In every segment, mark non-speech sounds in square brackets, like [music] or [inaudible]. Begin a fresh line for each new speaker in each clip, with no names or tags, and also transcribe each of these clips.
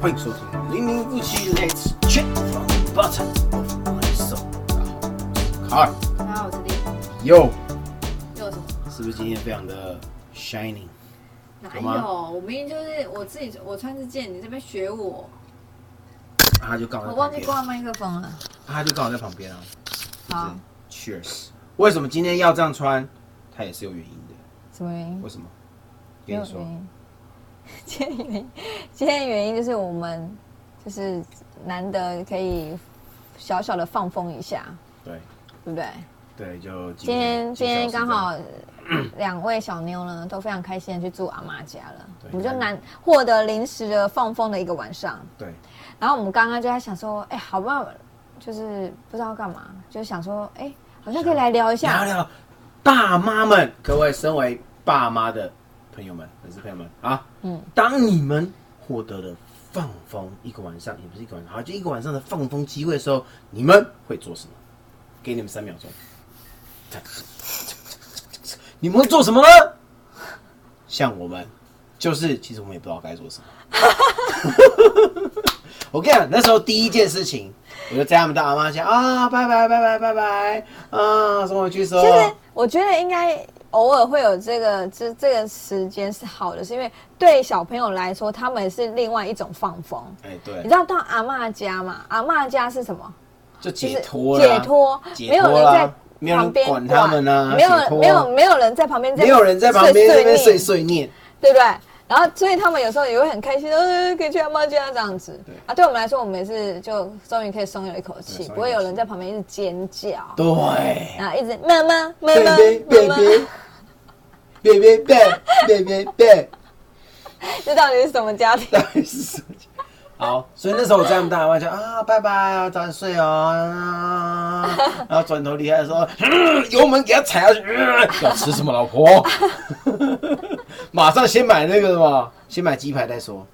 欢迎收听零零夫妻 Let's Chat from the bottom of my soul。大家好，我是卡尔。
然后我这里
哟，
又有什么？
是不是今天非常的 shining？
哪
有吗
有？我明明就是我自己，我穿这件，你这边学我，
啊他就刚好
我
在
忘
旁
记
边，
关麦克风了。
啊他就刚好在旁边啊。
好，
Cheers。为什么今天要这样穿？它也是有原因的。
什么原因？
为什么？
没
跟
有
你说
原，因。今天原因，今天原因就是我们就是难得可以小小的放风一下，
对
对不对？
对，就今
今天今天刚好
小时
两位小妞呢都非常开心的去住阿妈家了
对，
我们就难获得临时的放风的一个晚上。
这样
然后我们刚刚就在想说，哎，好不好？就是不知道干嘛，就想说，哎，好像可以来聊一
对聊
下。
聊爸妈们，各位身为爸妈的朋友们、粉丝朋友们啊，
嗯，
当你们获得了放风一个晚上，也不是一个晚上，好，就一个晚上的放风机会的时候，你们会做什么？给你们三秒钟，你们会做什么呢？像我们，就是其实我们也不知道该做什么。 [laughs] 我跟你讲，那时候第一件事情，我就载他们到阿妈家啊，拜拜拜拜拜拜啊，送回去说，
就是我觉得应该偶尔会有这个这这个时间是好的，是因为对小朋友来说，他们是另外一种放风。
哎、
你知
对，
道到阿嬷家嘛？阿嬷家是什么？
就
就是
解脱了，
解脱，
解
没有
脱
人在
啦没有人
旁边
管他们啊
没有
解脱
没有没有人在旁边，
没有人在旁边在那边碎
念
碎念，
对不对？然后，所以他们有时候也会很开心，呃，可以去阿妈家这样子
对。
啊，对我们来说，我们也是就终于可以松了一口
对
气，
松
不会
一口
有
气
人在旁边一直尖叫，
对。
[laughs] 然后一直妈妈妈
贝
妈
贝贝
妈妈， [laughs]
贝贝贝贝贝贝贝，
这到底是什么家庭？
到底是什么？ [laughs] 好，所以那时候我这样大妈讲啊，拜拜，早点睡哦。啊然后转头离开的时候，嗯油门给他踩下去，嗯要吃什么，老婆？ [laughs] 马上先买那个什么，先买鸡排再说，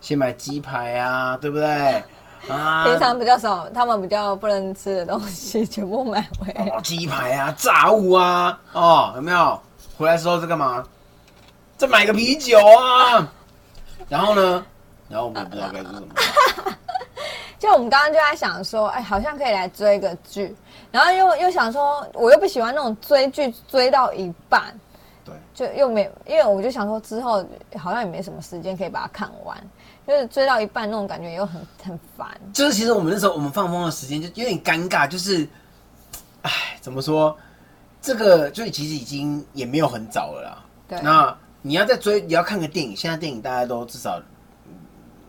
先买鸡排啊，对不对？啊，
平常比较少，他们比较不能吃的东西全部买回来。
哦，鸡排啊，炸物啊，哦，有没有？回来的时候再干嘛？再买个啤酒啊。然后呢？然后我们也不知道该做什么。
就我们刚刚就在想说，哎，好像可以来追个剧，然后又又想说，我又不喜欢那种追剧追到一半，
对，
就又没，因为我就想说之后好像也没什么时间可以把它看完，就是追到一半那种感觉又很很烦。
就是其实我们那时候我们放风的时间就有点尴尬，就是，唉，怎么说？这个就其实已经也没有很早了啦。
对，
那你要再追，你要看个电影，现在电影大家都至少嗯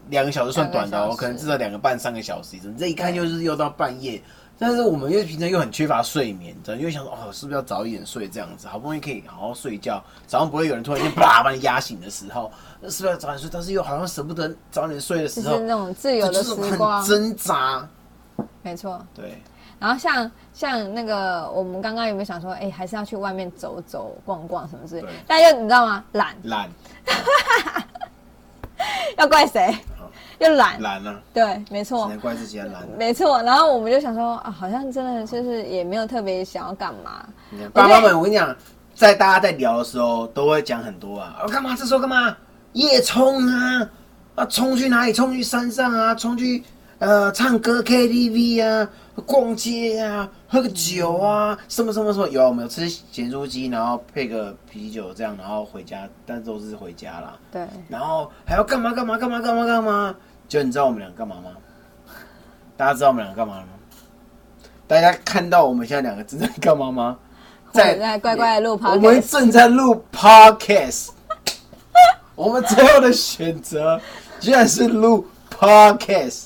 两个小时算短的
两个
哦，
小时
可能至少两个半、三个小时以上。这一看就是又到半夜，但是我们又平常又很缺乏睡眠，你知道，因为想说哦，是不是要早一点睡这样子？好不容易可以好好睡觉，早上不会有人突然间啪把你压醒的时候，是不是要早点睡？但是又好像舍不得早点睡的
就
时
是
候，
那种自由
这
的
就是
时
很
光，
挣扎。
没错。
对，
然后像像那个我们刚刚有没有想说，哎，还是要去外面走走逛逛什么之类的
对？嗯
但又你知道吗？懒，
懒
要怪谁
好？
又懒，
懒啊，
对，没
只
错
能，怪自己啊懒啊。
没错。然后我们就想说啊，好像真的就是也没有特别想要干嘛，
爸妈们，我跟你讲，在大家在聊的时候，都会讲很多啊，我、干嘛这时候干嘛夜冲啊，啊冲去哪里？冲去山上啊，冲去呃唱歌 KTV 啊，逛街啊，喝个酒啊，什么什么什么有啊，我们有吃咸酥鸡，然后配个啤酒这样，然后回家，但都是回家啦。
对，
然后还要干嘛干嘛干嘛干嘛干嘛？就你知道我们俩干嘛吗？大家知道我们俩干嘛了吗？大家看到我们现在两个正在干嘛吗？
在在乖乖地录 podcast
我们正在录 podcast。我们最后的选择居然是录 podcast，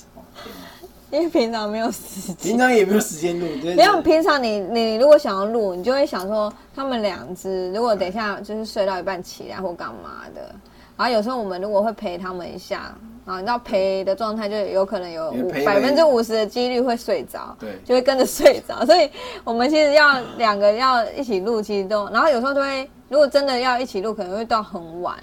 因为平常没有时间。
平常也没有时间录，对
没有，平常你你如果想要录，你就会想说，他们两只如果等一下就是睡到一半起来或干嘛的，然后有时候我们如果会陪他们一下，啊，你知道陪的状态就有可能有
因为陪
百
陪
分之五十的几率会睡着，
对
就会跟着睡着，所以我们其实要两个要一起录，其实都，然后有时候就会，如果真的要一起录，可能会到很晚，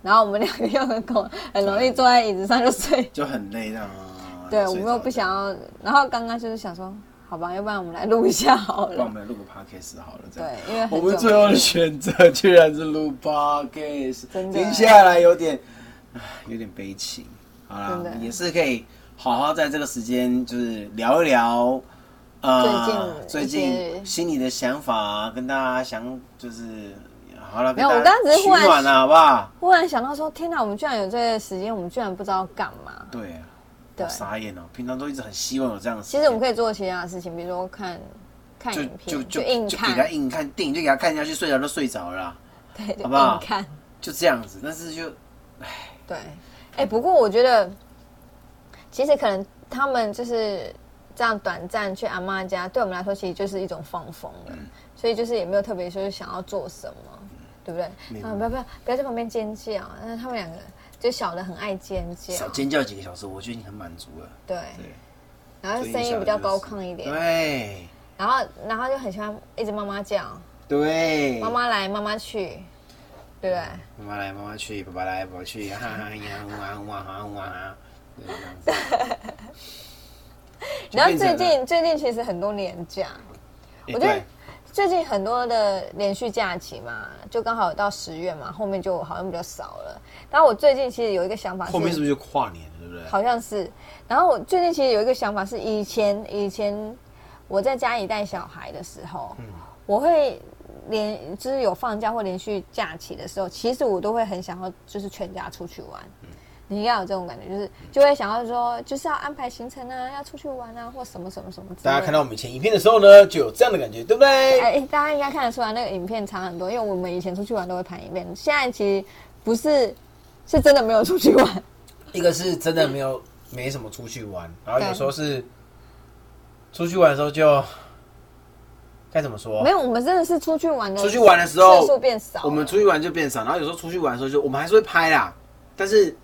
然后我们两个又很恐，很容易坐在椅子上就睡
就很累这样啊。
对，
就
我
睡
们
着
又不想要。然后刚刚就是想说，好吧，要不然我们来录一下好
这样，帮我
了。
们录个 podcast 好了，这
对
样。，
因为很
我
久
们最后的选择居然是录 podcast，
真的
停下来有点，唉有点悲情。好啦
真的，
也是可以好好在这个时间就是聊一聊，呃，最
最近
近
一些
心里的想法、啊，跟大家想就是好了，
没有
跟
我
大家
刚刚只是
取
忽然
暖了，好不好？
忽然想到说，天哪，我们居然有这个时间，我们居然不知道干嘛。
对啊，
对
好傻眼哦、平常都一直很希望有这样的时
其
间，
实我们可以做其他的事情，比如说看看
就
影
就
片，
就
硬
就给他
看，
硬看电影，就给他看下去，睡着就睡着了啦，
对，就
好不好
硬看。
就这样子。但是就
对，哎、不过我觉得，其实可能他们就是这样短暂去阿妈家，对我们来说其实就是一种放风了，
嗯
所以就是也没有特别说想要做什么，对不
没
对？
有
啊，不要不要不要在旁边尖叫，啊那他们两个就小的很爱尖叫，
少尖叫几个小时，我就已经很满足了。
对，
对，
然后
所以
啊声
小
音
的
比较
就是
高亢一点，
对
然后然后就很喜欢一直妈妈叫，
对，
妈妈来妈妈去，对不对？
妈妈来，妈妈去，爸爸来，爸爸去，哈哈呀，哇哇哈哇，对，这样子。
然后
就变成
最
了
近最近其实很多年假，
诶
我觉得
对，
最近很多的连续假期嘛，就刚好有到十月嘛，后面就好像比较少了。然后我最近其实有一个想法是，
后面是不是就跨年了，对不对？
好像是。然后我最近其实有一个想法是，以前以前我在家里带小孩的时候，
嗯
我会连就是有放假或连续假期的时候，其实我都会很想要就是全家出去玩。
嗯
你应该有这种感觉，就是就会想要说，就是要安排行程啊，要出去玩啊，或什么什么什么之类的。
大家看到我们以前影片的时候呢，就有这样的感觉，对不对？
哎、大家应该看得出来，那个影片长很多，因为我们以前出去玩都会拍影片，现在其实不是，是真的没有出去玩。 [laughs]
一个是真的没有没什么出去玩，然后
对
有时候是出去玩的时候就该怎么说
没？有，我们真的是出去玩的，
出去玩的时候
次数变少了。
我们出去玩就变少，然后有时候出去玩的时候就我们还是会拍啦，但是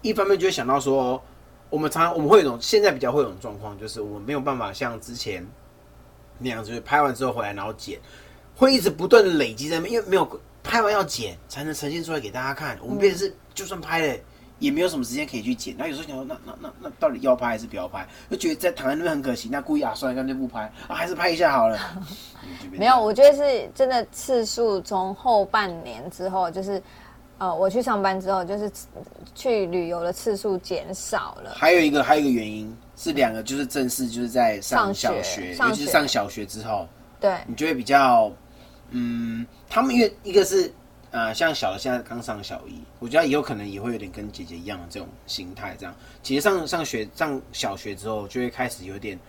一方面就会想到说，我们常我们会有一种现在比较会有一种状况，就是我们没有办法像之前那样子，就是拍完之后回来然后剪，会一直不断的累积在那边，因为没有拍完要剪才能呈现出来给大家看。我们变成是就算拍了。也没有什么时间可以去剪，然后有时候想说，那那那那到底要拍还是不要拍？就觉得在躺在那边很可惜，那故意啊，算了，干脆不拍啊，还是拍一下好了。 [laughs] 嗯就变成
没有，我觉得是真的次数从后半年之后，就是呃，我去上班之后，就是去旅游的次数减少了。
还有一个还有一个原因是两个，就是正式就是在上
上
小
学
学，
上
尤其是
学
上小学之后，
对，
你就会比较，嗯，他们因为一个是呃，像小的现在刚上小一，我觉得以后可能也会有点跟姐姐一样的这种心态，这样。其实上上学上小学之后，就会开始有点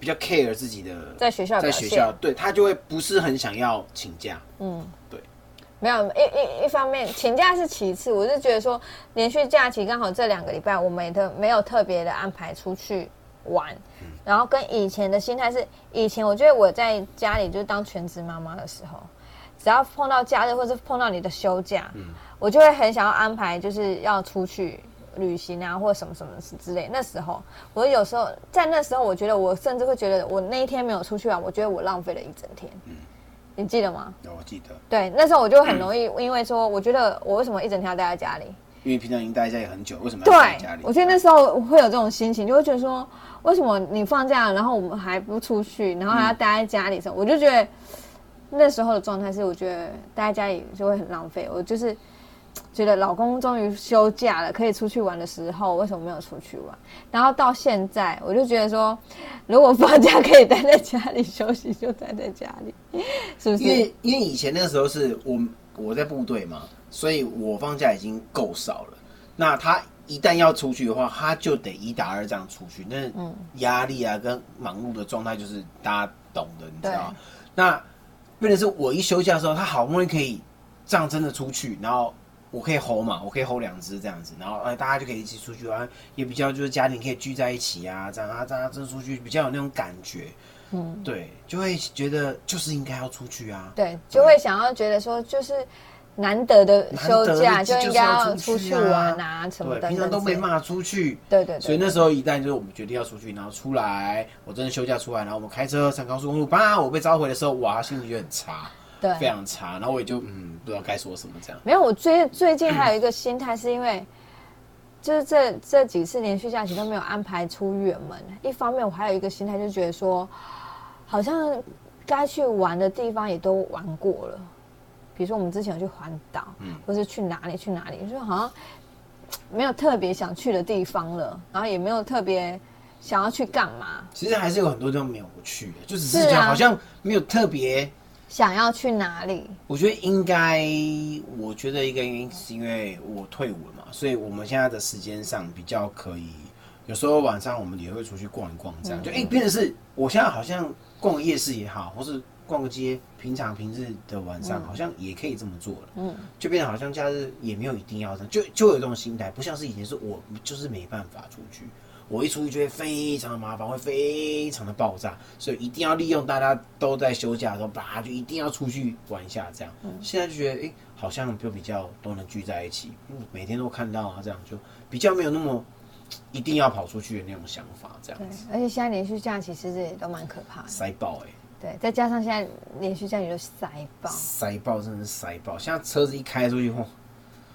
比较 care 自己的，
在学校的
在
表
学
现
校，对他就会不是很想要请假，
没有一一一方面，请假是其次，我是觉得说连续假期刚好这两个礼拜，我们也特没有特别的安排出去玩，然后跟以前的心态是，以前我觉得我在家里就是当全职妈妈的时候，只要碰到假日或是碰到你的休假，我就会很想要安排就是要出去旅行啊，或者什么什么之类。那时候我有时候在那时候，我觉得我甚至会觉得我那一天没有出去玩，我觉得我浪费了一整天。你记得吗？
我记得，
对，那时候我就很
[clears throat]
容易，因为说，我觉得我为什么一整天要待在家里？
因为平常已经待在家里很久，为什么要啊待在
对嗯
家里，？嗯
我觉得那时候我会有这种心情，就会觉得说，为什么你放假了，然后我们还不出去，然后还要待在家里什么？我就觉得那时候的状态是，我觉得待在家里就会很浪费。我就是觉得老公终于休假了，可以出去玩的时候，为什么没有出去玩？然后到现在，我就觉得说，如果放假可以待在家里休息，就待在家里， [laughs] 是不
因
是？
为因为以前那个时候是我我在部队嘛，所以我放假已经够少了。那他一旦要出去的话，他就得一打二这样出去，那
嗯
压力啊跟忙碌的状态就是大家懂的，你知道吗？那变成是我一休假的时候，他好不容易可以这样真的出去，然后。我可以吼嘛，我可以吼两只这样子，然后呃大家就可以一起出去啊，也比较就是家庭可以聚在一起啊，这样啊，大家真的出去比较有那种感觉，嗯，对，就会觉得就是应该要出去啊，
对，就会想要觉得说，就是难得的休假
难得的
就应该要出去玩啊，什么
对，
等等。
平常都被。骂出去。
对对
所以
对，
那时候一旦就是我们决定要出去，然后出来，我真的休假出来，然后我们开车上高速公路，叭，我被召回的时候，哇，心情就很差，非
对，
常差。然后我也就嗯，不知道该说什么这样。
没有。我最最近还有一个心态，是因为 [clears throat] 就是这这几次连续假期都没有安排出远门。一方面，我还有一个心态，就觉得说，好像该去玩的地方也都玩过了。比如说，我们之前有去环岛，或是去哪里去哪里，就好像没有特别想去的地方了，然后也没有特别想要去干嘛，
其实还是有很多地方没有去，就只是
是
觉
啊
得好像没有特别。
想要去哪里。
我觉得应该，我觉得一个原因是因为我退伍了嘛，所以我们现在的时间上比较可以。有时候晚上我们也会出去逛一逛，这样、就哎、诶变得是我现在好像逛夜市也好，或是逛个街，平常平日的晚上好像也可以这么做了。嗯，就变得好像假日也没有一定要这样，就就有这种心态，不像是以前是我就是没办法出去，我一出去就会非常的麻烦，会非常的爆炸，所以一定要利用大家都在休假的时候，啪就一定要出去玩一下，这样。现在就觉得，哎、好像就比较都能聚在一起，嗯每天都看到啊，这样就比较没有那么嘖一定要跑出去的那种想法，这
对
样子，
而且现在连续假期其实也都蛮可怕的。
塞爆哎、
对，再加上现在连续假期就塞爆。
塞爆真的是塞爆！现在车子一开出去，嚯，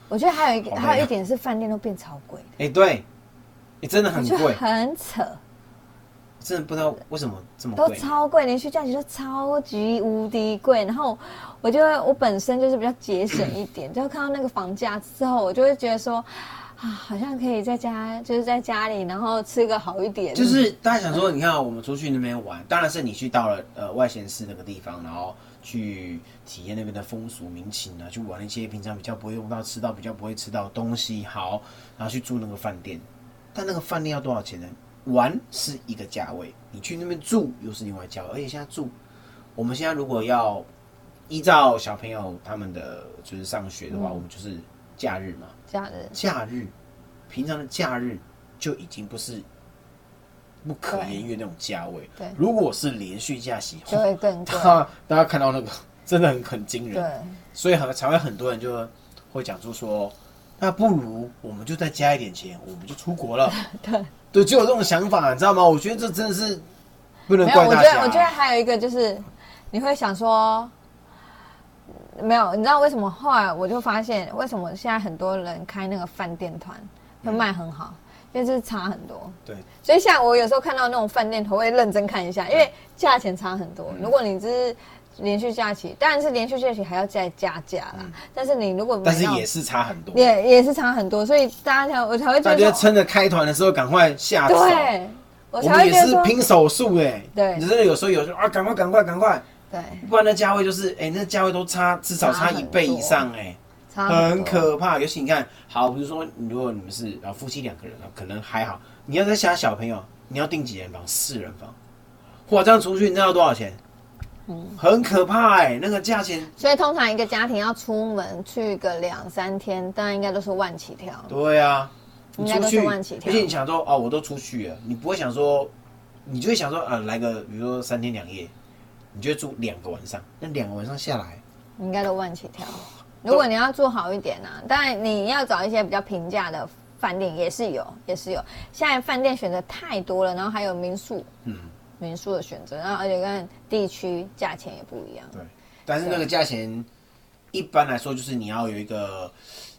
我觉得还有一个
好累啊
还有一点是饭店都变超贵的，
哎、对，哎、真的很
就
贵，
很扯，
真的不知道为什么这么
都
贵。
超贵，连续假期都超级无敌贵。然后我就会我本身就是比较节省一点，就看到那个房价之后，我就会觉得说啊，好像可以在家就是在家里，然后吃个好一点，
就是大家想说，你看啊我们出去那边玩，当然是你去到了呃外县市那个地方，然后去体验那边的风俗民情啊，去玩一些平常比较不会用到、吃到比较不会吃到的东西，好，然后去住那个饭店。但那个饭店要多少钱呢？玩是一个价位，你去那边住又是另外价位，而哎且现在住，我们现在如果要依照小朋友他们的就是上学的话，我们就是假日嘛，
这样子。
假日，平常的假日就已经不是不可言喻那种价位。
对对
如果是连续假期，
就会更
[laughs]
贵
大，家大家看到那个 [laughs] 真的很很惊
对
人，，所以很才会很多人就会讲出说，那不如我们就再加一点钱，我们就出国了。
[laughs] 对
对，就有这种想法，你知道吗？我觉得这真的是不 [laughs] 能
没有，
怪
我
大
觉
家。
得我觉得还有一个就是，你会想说，没有，你知道为什么？后来我就发现，为什么现在很多人开那个饭店团会卖很好，因为这是差很多。
对，
所以像我有时候看到那种饭店团，我会认真看一下，因为价钱差很多。
嗯
如果你只是连续假期，当然是连续假期还要再加价啦。但是你如果没有
嗯但是也是差很多。
也也是差很多，所以大家才我才会
大
觉
家
得说
趁着开团的时候赶快下手。
对，
我
我哦才
们
会
也
觉得
是
说
拼手速哎、
对
你真的有时候有时候啊，赶快赶快赶快，
对
不然那价位就是哎、那价位都差至少差
差
一
很
倍
多
以上哎、
差
很
多
可怕。尤其你看，好，比如说你如果你们是啊夫妻两个人啊，可能还好，你要再加小朋友，你要订几人房？四人房，哇，这样出去你知道多少钱？
嗯
很可怕哎、那个价钱，
所以通常一个家庭要出门去个两三天，当然应该都是万起跳。
对啊，你
应该
出
都
去，
是
而
万起跳
且你想说哦，我都出去了，你不会想说，你就会想说呃，来个比如说三天两夜，你就会住两个晚上，那两个晚上下来。
应该都万起跳。如果你要做好一点啊，当然你要找一些比较平价的饭店，也是有，也是有。现在饭店选择太多了，然后还有民宿，嗯，民宿的选择，然后而且跟地区价钱也不一样。
对，但是那个价钱一般来说就是你要有一个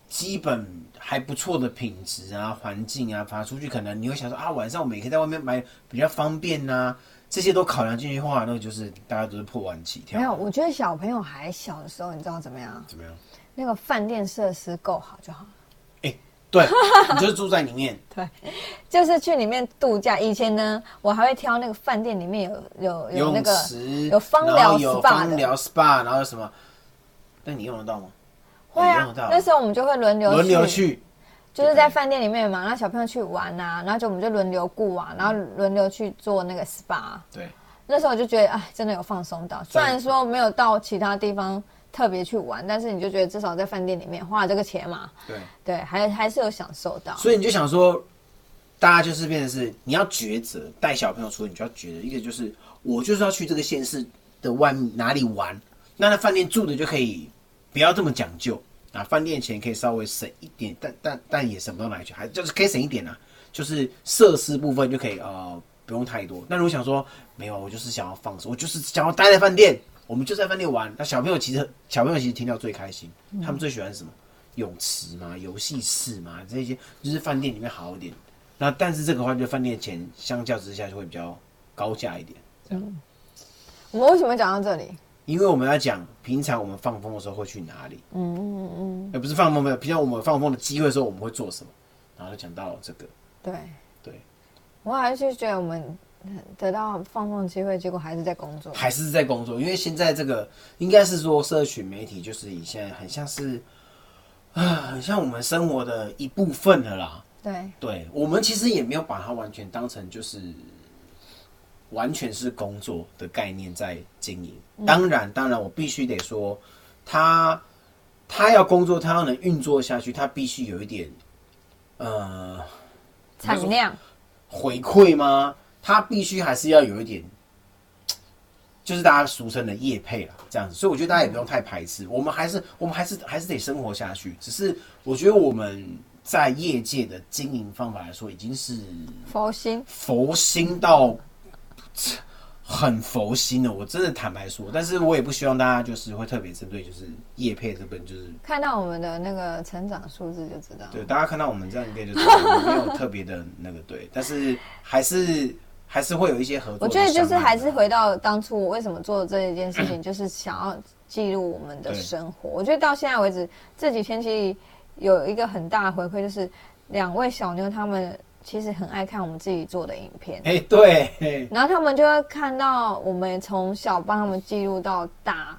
基本还不错的品质啊、环境啊，爬出去可能你会想说啊，晚上我们也可以在外面买比较方便呐、这些都考量进去的话，那个就是大家都是破万起跳。
没有，我觉得小朋友还小的时候，你知道怎么样？
怎么样？
那个饭店设施够好就好，
对，你就是住在里面，
就是去里面度假。以前呢，我还会挑那个饭店里面有有有那
泳
个
池
有芳疗
然后有
SPA
芳
的
疗 SPA，然后有什么？那你用得到吗？
会
你
啊
用得，到
那时候我们就会轮流
轮流去，
就是在饭店里面嘛，让小朋友去玩啊，然后就我们就轮流顾啊，然后轮流去做那个 SPA。
对，
那时候我就觉得，哎，真的有放松到，虽然说没有到其他地方特别去玩，但是你就觉得至少在饭店里面花了这个钱嘛，
对。
对，还还是有享受到。
所以你就想说，大家就是变成是你要抉择，带小朋友出去，你就要抉择，一个就是我就是要去这个县市的外面哪里玩，那那饭店住的就可以不要这么讲究啊，饭店钱可以稍微省一点，但但但也省不到哪里去，还就是可以省一点啊，就是设施部分就可以呃不用太多。那如果想说没有，我就是想要放松，我就是想要待在饭店，我们就在饭店玩。那小朋友其实小朋友其实听到最开心，他们最喜欢什么？泳池嘛，游戏室嘛，这些就是饭店里面好一点。那但是这个话，就饭店钱相较之下就会比较高价一点，
我们为什么讲到这里？
因为我们要讲平常我们放风的时候会去哪里，呃
嗯嗯嗯，
而不是放风没有，平常我们放风的机会的时候我们会做什么。然后就讲到了这个，
对
对，
我还是觉得我们得到放松的机会，结果还是在工作。
还是在工作，因为现在这个应该是说社群媒体就是以现在很像是啊，很像我们生活的一部分了啦。
对
对我们其实也没有把它完全当成就是完全是工作的概念在经营。当然，当然，我必须得说，他他要工作，他要能运作下去，他必须有一点呃
产量，
回馈吗？他必须还是要有一点，就是大家俗称的业配啦，这样子。所以我觉得大家也不用太排斥，我们还是我们还是还是得生活下去。只是我觉得我们在业界的经营方法来说，已经是
佛心，
佛心到很佛心了。我真的坦白说，但是我也不希望大家就是会特别针对就是业配这边，就是
看到我们的那个成长数字就知道。
对，大家看到我们这样应该就知道我们没有特别的那个对，但是还是还是会有一些合作。
我觉得就是还是回到当初我为什么做这一件事情，就是想要记录我们的生活。我觉得到现在为止，这几天其实有一个很大的回馈，就是两位小妞他们其实很爱看我们自己做的影片，
哎、对，嘿
然后他们就会看到我们从小帮他们记录到大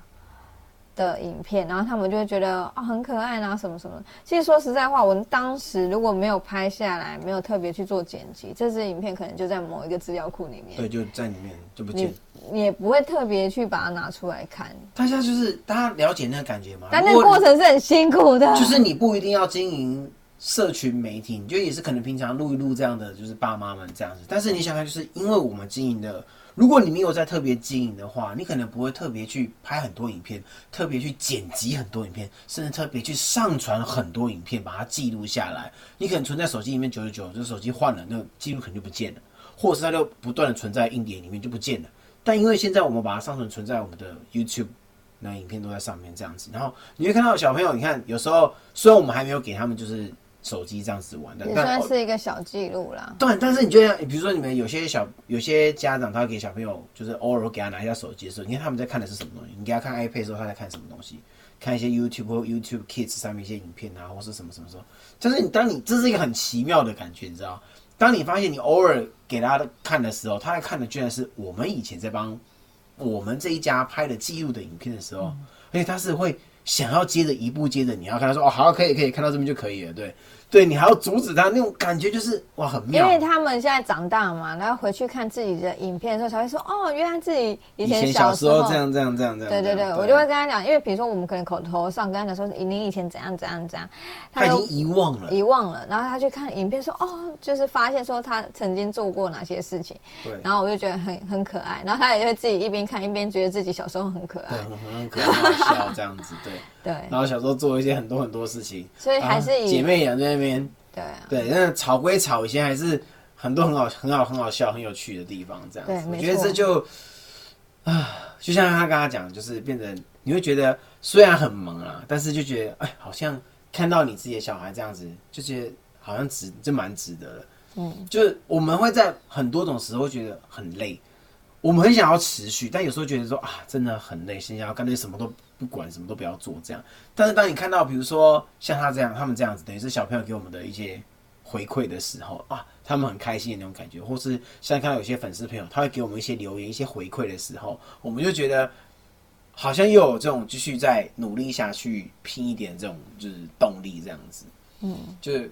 的影片，然后他们就会觉得啊、很可爱啊什么什么的。其实说实在话，我当时如果没有拍下来，没有特别去做剪辑，这支影片可能就在某一个资料库里面。
对，就在里面就不见
你。也不会特别去把它拿出来看，
大家就是大家了解那个感觉吗？
但那
啊如
个
果
过程是很辛苦的。啊
就是你不一定要经营社群媒体，你就也是可能平常录一录这样的，就是爸妈们这样子。但是你想看，就是因为我们经营的，如果你没有在特别经营的话，你可能不会特别去拍很多影片，特别去剪辑很多影片，甚至特别去上传很多影片，把它记录下来。你可能存在手机里面九十九，就是手机换了，那个记录可能就不见了，或者是它就不断的存在硬碟里面就不见了。但因为现在我们把它上传存在我们的 YouTube。那影片都在上面这样子。然后你会看到小朋友，你看有时候虽然我们还没有给他们就是手机这样子玩，但
也
但哦
算是一个小记录啦。
对，但是你就像比如说你们有些小有些家长，他给小朋友就是偶尔给他拿一下手机的时候，你看他们在看的是什么东西？你给他看 iPad 的时候，他在看什么东西？看一些 YouTube 或 YouTube Kids 上面一些影片啊，或是什么什么时候？就是你当你这是一个很奇妙的感觉，你知道？当你发现你偶尔给他看的时候，他在看的居然是我们以前在帮我们这一家拍的记录的影片的时候，而且他是会想要接着一步接着你要看他说哦好可以可以看到这边就可以了，对对，你还要阻止他那种感觉就是哇很
因
妙，
为他们现在长大嘛，然后回去看自己的影片的时候，才会说哦，原来自己以
以
前
前
小
小
时
时
候
候这。样这样这样这样，
对对
这
对，
样
我就会跟他讲，因为比如说我们可能口头上跟他讲说你以前啊怎样怎样怎样，
他已
就
经遗忘了，
遗忘了，然后他去看影片说哦，就是发现说他曾经做过哪些事情，
对
然后我就觉得很很可爱，然后他也会自己一边看一边觉得自己小时候很可
对，
爱，
很很可爱很好笑这样子，对。
对
然后小时候做一些很多很多事情，
所以还是
啊
以
姐妹俩在那边
对啊，
对，那吵归吵，以前还是很多很好、很好、很好笑、很有趣的地方，这样子
对。
我
没
觉得
错
这就啊，就像他刚刚讲，就是变成你会觉得虽然很忙啊，但是就觉得哎，好像看到你自己的小孩这样子，就觉得好像值，就蛮值得的。嗯，就是我们会在很多种时候觉得很累，我们很想要持续，但有时候觉得说啊，真的很累，心想要干脆什么都不管，什么都不要做这样。但是当你看到，比如说像他这样，他们这样子，等于是小朋友给我们的一些回馈的时候啊，他们很开心的那种感觉，或是像看到有些粉丝朋友，他会给我们一些留言、一些回馈的时候，我们就觉得好像又有这种继续再努力下去、拼一点这种就是动力，这样子，嗯，就是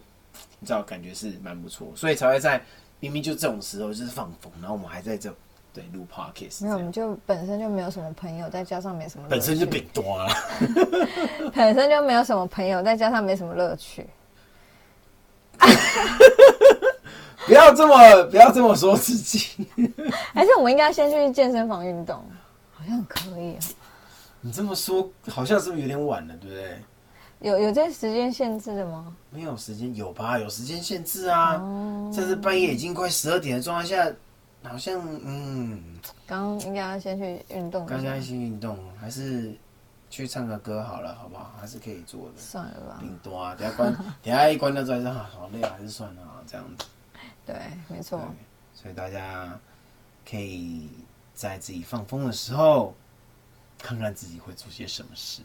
你知道，感觉是蛮不错，所以才会在明明就这种时候就是放风，然后我们还在这种对录 podcast，这
没有，我们
样
就本身就没有什么朋友，再加上没什么乐趣
本身就顶多了。
[laughs] 本身就没有什么朋友，再加上没什么乐趣，
不要这么不要这么说自己，
还是我们应该先去健身房运动，好像可以、哦，
你这么说好像是不是有点晚了，对不对？
有有这时间限制的吗？
没有时间有吧？有时间限制啊！
哦
甚至半夜已经快十二点的状态下，好像嗯，
刚刚应该要先去运动一下，
大家一起运动，还是去唱个歌好了，好不好？还是可以做的。
算了吧，
顶多啊，等下关，等下一关掉之后就啊，好累啊，还是算了啊，这样子。
对，没错
对，，所以大家可以在自己放风的时候，看看自己会做些什么事。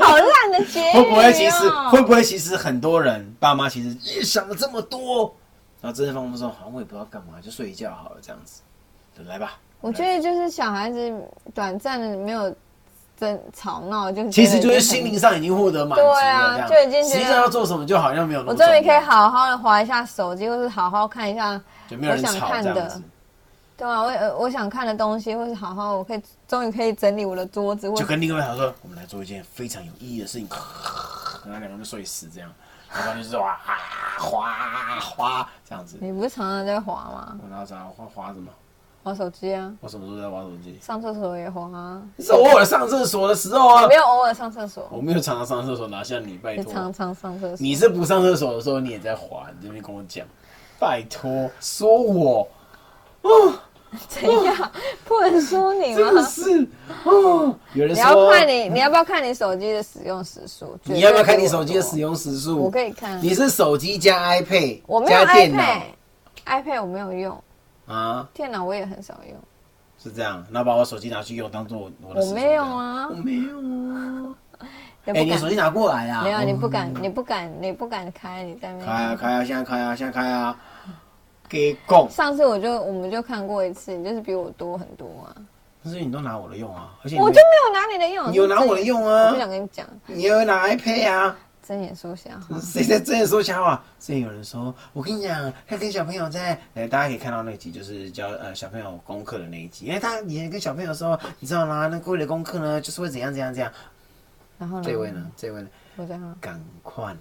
好烂的结语、哦。
[laughs] 会不会其实会不会其实很多人爸妈其实也想了这么多，然后真的放松说，好像我也不知道干嘛，就睡一觉好了这样子，对来吧。
我觉得就是小孩子短暂的没有争吵闹，就
其实就是心灵。上已经获得满足了，
对啊
这样
就已经觉
实
得
际上要做什么就好像没有那么
我终于可
重
以
要
好好的划一下手机，或是好好看一下，
就没有人
我想
吵
看
这样
的
子，
对啊，我呃我想看的东西，或是好好，我可以终于可以整理我的桌子，或
就
者
跟另外一个朋友说，哎我们来做一件非常有意义的事情，然后两个人就睡死这样，然后就是哇哗哗这样子，
你不是常常在滑吗？
我拿啥我滑什么？
滑手机啊，
我什么时候在玩手机？
上厕所也滑啊，
是偶尔上厕所的时候啊
没。有偶尔上厕所，
哦我没有常常上厕所，哪像你？拜
你常
托，
常上厕所。
你是不上厕所的时候你也在滑，你这边跟我讲，拜托，说我，哦，
[laughs] 怎样？不能说你
真的
吗？
是，哦，有人
你
说
要看你，你要不要看你手机的使用时数？
你要不要看你手机的使？用时数？
我可以看
你是手机加 iPad，
我没有
加电脑
iPad，iPad 我没有用，
啊，
电脑我也很少用。
是这样。那把我手机拿去用，当做我的。
我没有，啊
我，没有啊。
也
嗯哎，
不
你手
敢，
机拿过来啊！
没有，
哦
你不敢，你不敢，你不敢开，你在那
开啊
边。
开啊，现在开啊，现在开啊，给拱。
上次我就我们就看过一次，你就是比我多很多啊，
但是你都拿我的用啊，而且你
我就没有拿你的用，
你有拿我的用啊
我不想跟你讲，
你又拿 iPad 啊。
睁眼说瞎话，
谁在这里说瞎话？之前有人说，我跟你讲，他跟小朋友在，呃，大家可以看到那集，就是教呃小朋友功课的那一集。因为他以前跟小朋友说，你知道吗？那为了功课呢，就是会怎样怎样怎样。
然后呢？
这位呢？这位呢？
我这样
赶快，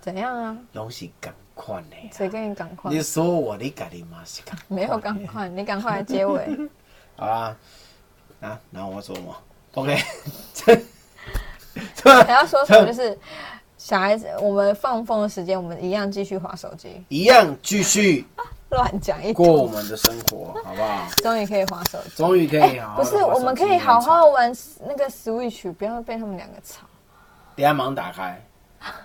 怎样啊？
拢是赶快呢。
谁跟你赶快？
你说我的咖喱嘛是赶快，
没有赶。快，
[laughs]
你赶快来结尾。
好啦，啊，然后我说嘛，OK，这 [laughs] 这
还要说什么？就是小孩子，我们放风的时间，我们一样继续划手机，
一样继续
乱讲一
过
通。
我们的生活，好不好？
终于可以划手机，
终于可以好好
哎不
地
是，
玩
我
手
们
机
可以
了
好好玩那个 Switch，不要被他们两个吵。
等一下忙打开，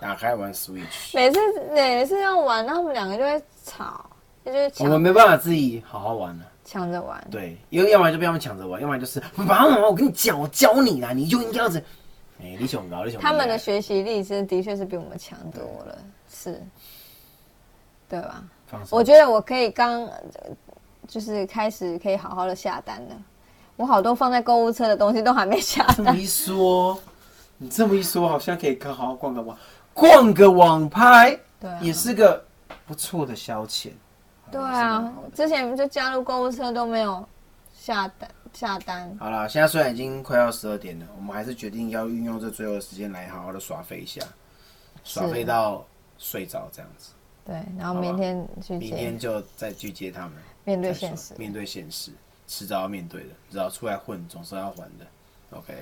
打开玩 Switch。
每次每次要玩，他们两个就会吵，那就是
[laughs] 我们
抢
没办法自己好好玩了、
抢着玩。
对，因为要不然就被他们抢着玩，要不然就是妈妈，我跟你讲，我教你啦，你就应该要这。哎、李雄高，李雄高，
他们的学习力是的确是比我们强多了，是，对吧？
放松，
我觉得我可以刚呃就是开始可以好好的下单了。我好多放在购物车的东西都还没下
这
单
么，一说，你这么一说，好像可以好好逛个网，逛个网拍
对啊，
[laughs] 也是个不错的消遣。
对
是
啊
蛮好的，
之前就加入购物车都没有下单下单，
好了，现在虽然已经快要十二点了，我们还是决定要运用这最后的时间来好好的耍废一下，耍废到睡着这样子。
对，然
好
后
吧
明天去
明天
接
就再去接他们，
面对
再说
现实。
面对现实，迟早要面对的，你知道出来混总是要还的。OK，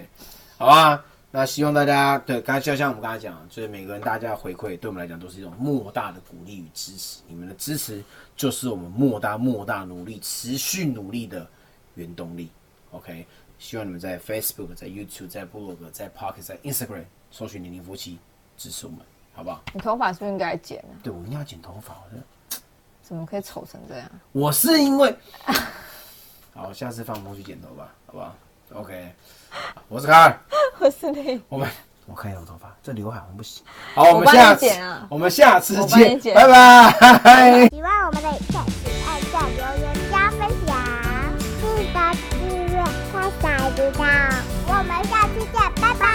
好吧，那希望大家对，刚才就像我们刚才讲的，就是每个人大家的回馈，对我们来讲都是一种莫大的鼓励与支持。你们的支持就是我们莫大莫大努力、持续努力的原动力。OK，希望你们在 Facebook、在 YouTube、在 Blog、在 Pocket、在 Instagram 搜寻“零零夫妻”，支持我们，好不好？
你头发是不是应该剪啊？
对我一定要剪头发，我真的
怎么可以丑成这样？
我是因为，好，下次放风去剪头发，好不好？OK，我是卡尔，
我是你，
[laughs] 我们我看一下我头发，这刘海红不行。好，我们
帮你
下次
剪啊
我们下次
我帮你
见，
剪
拜拜。
喜欢我们的影片，请按赞、留言、加分享，记得订阅，开小铃铛。我们下期见，拜拜。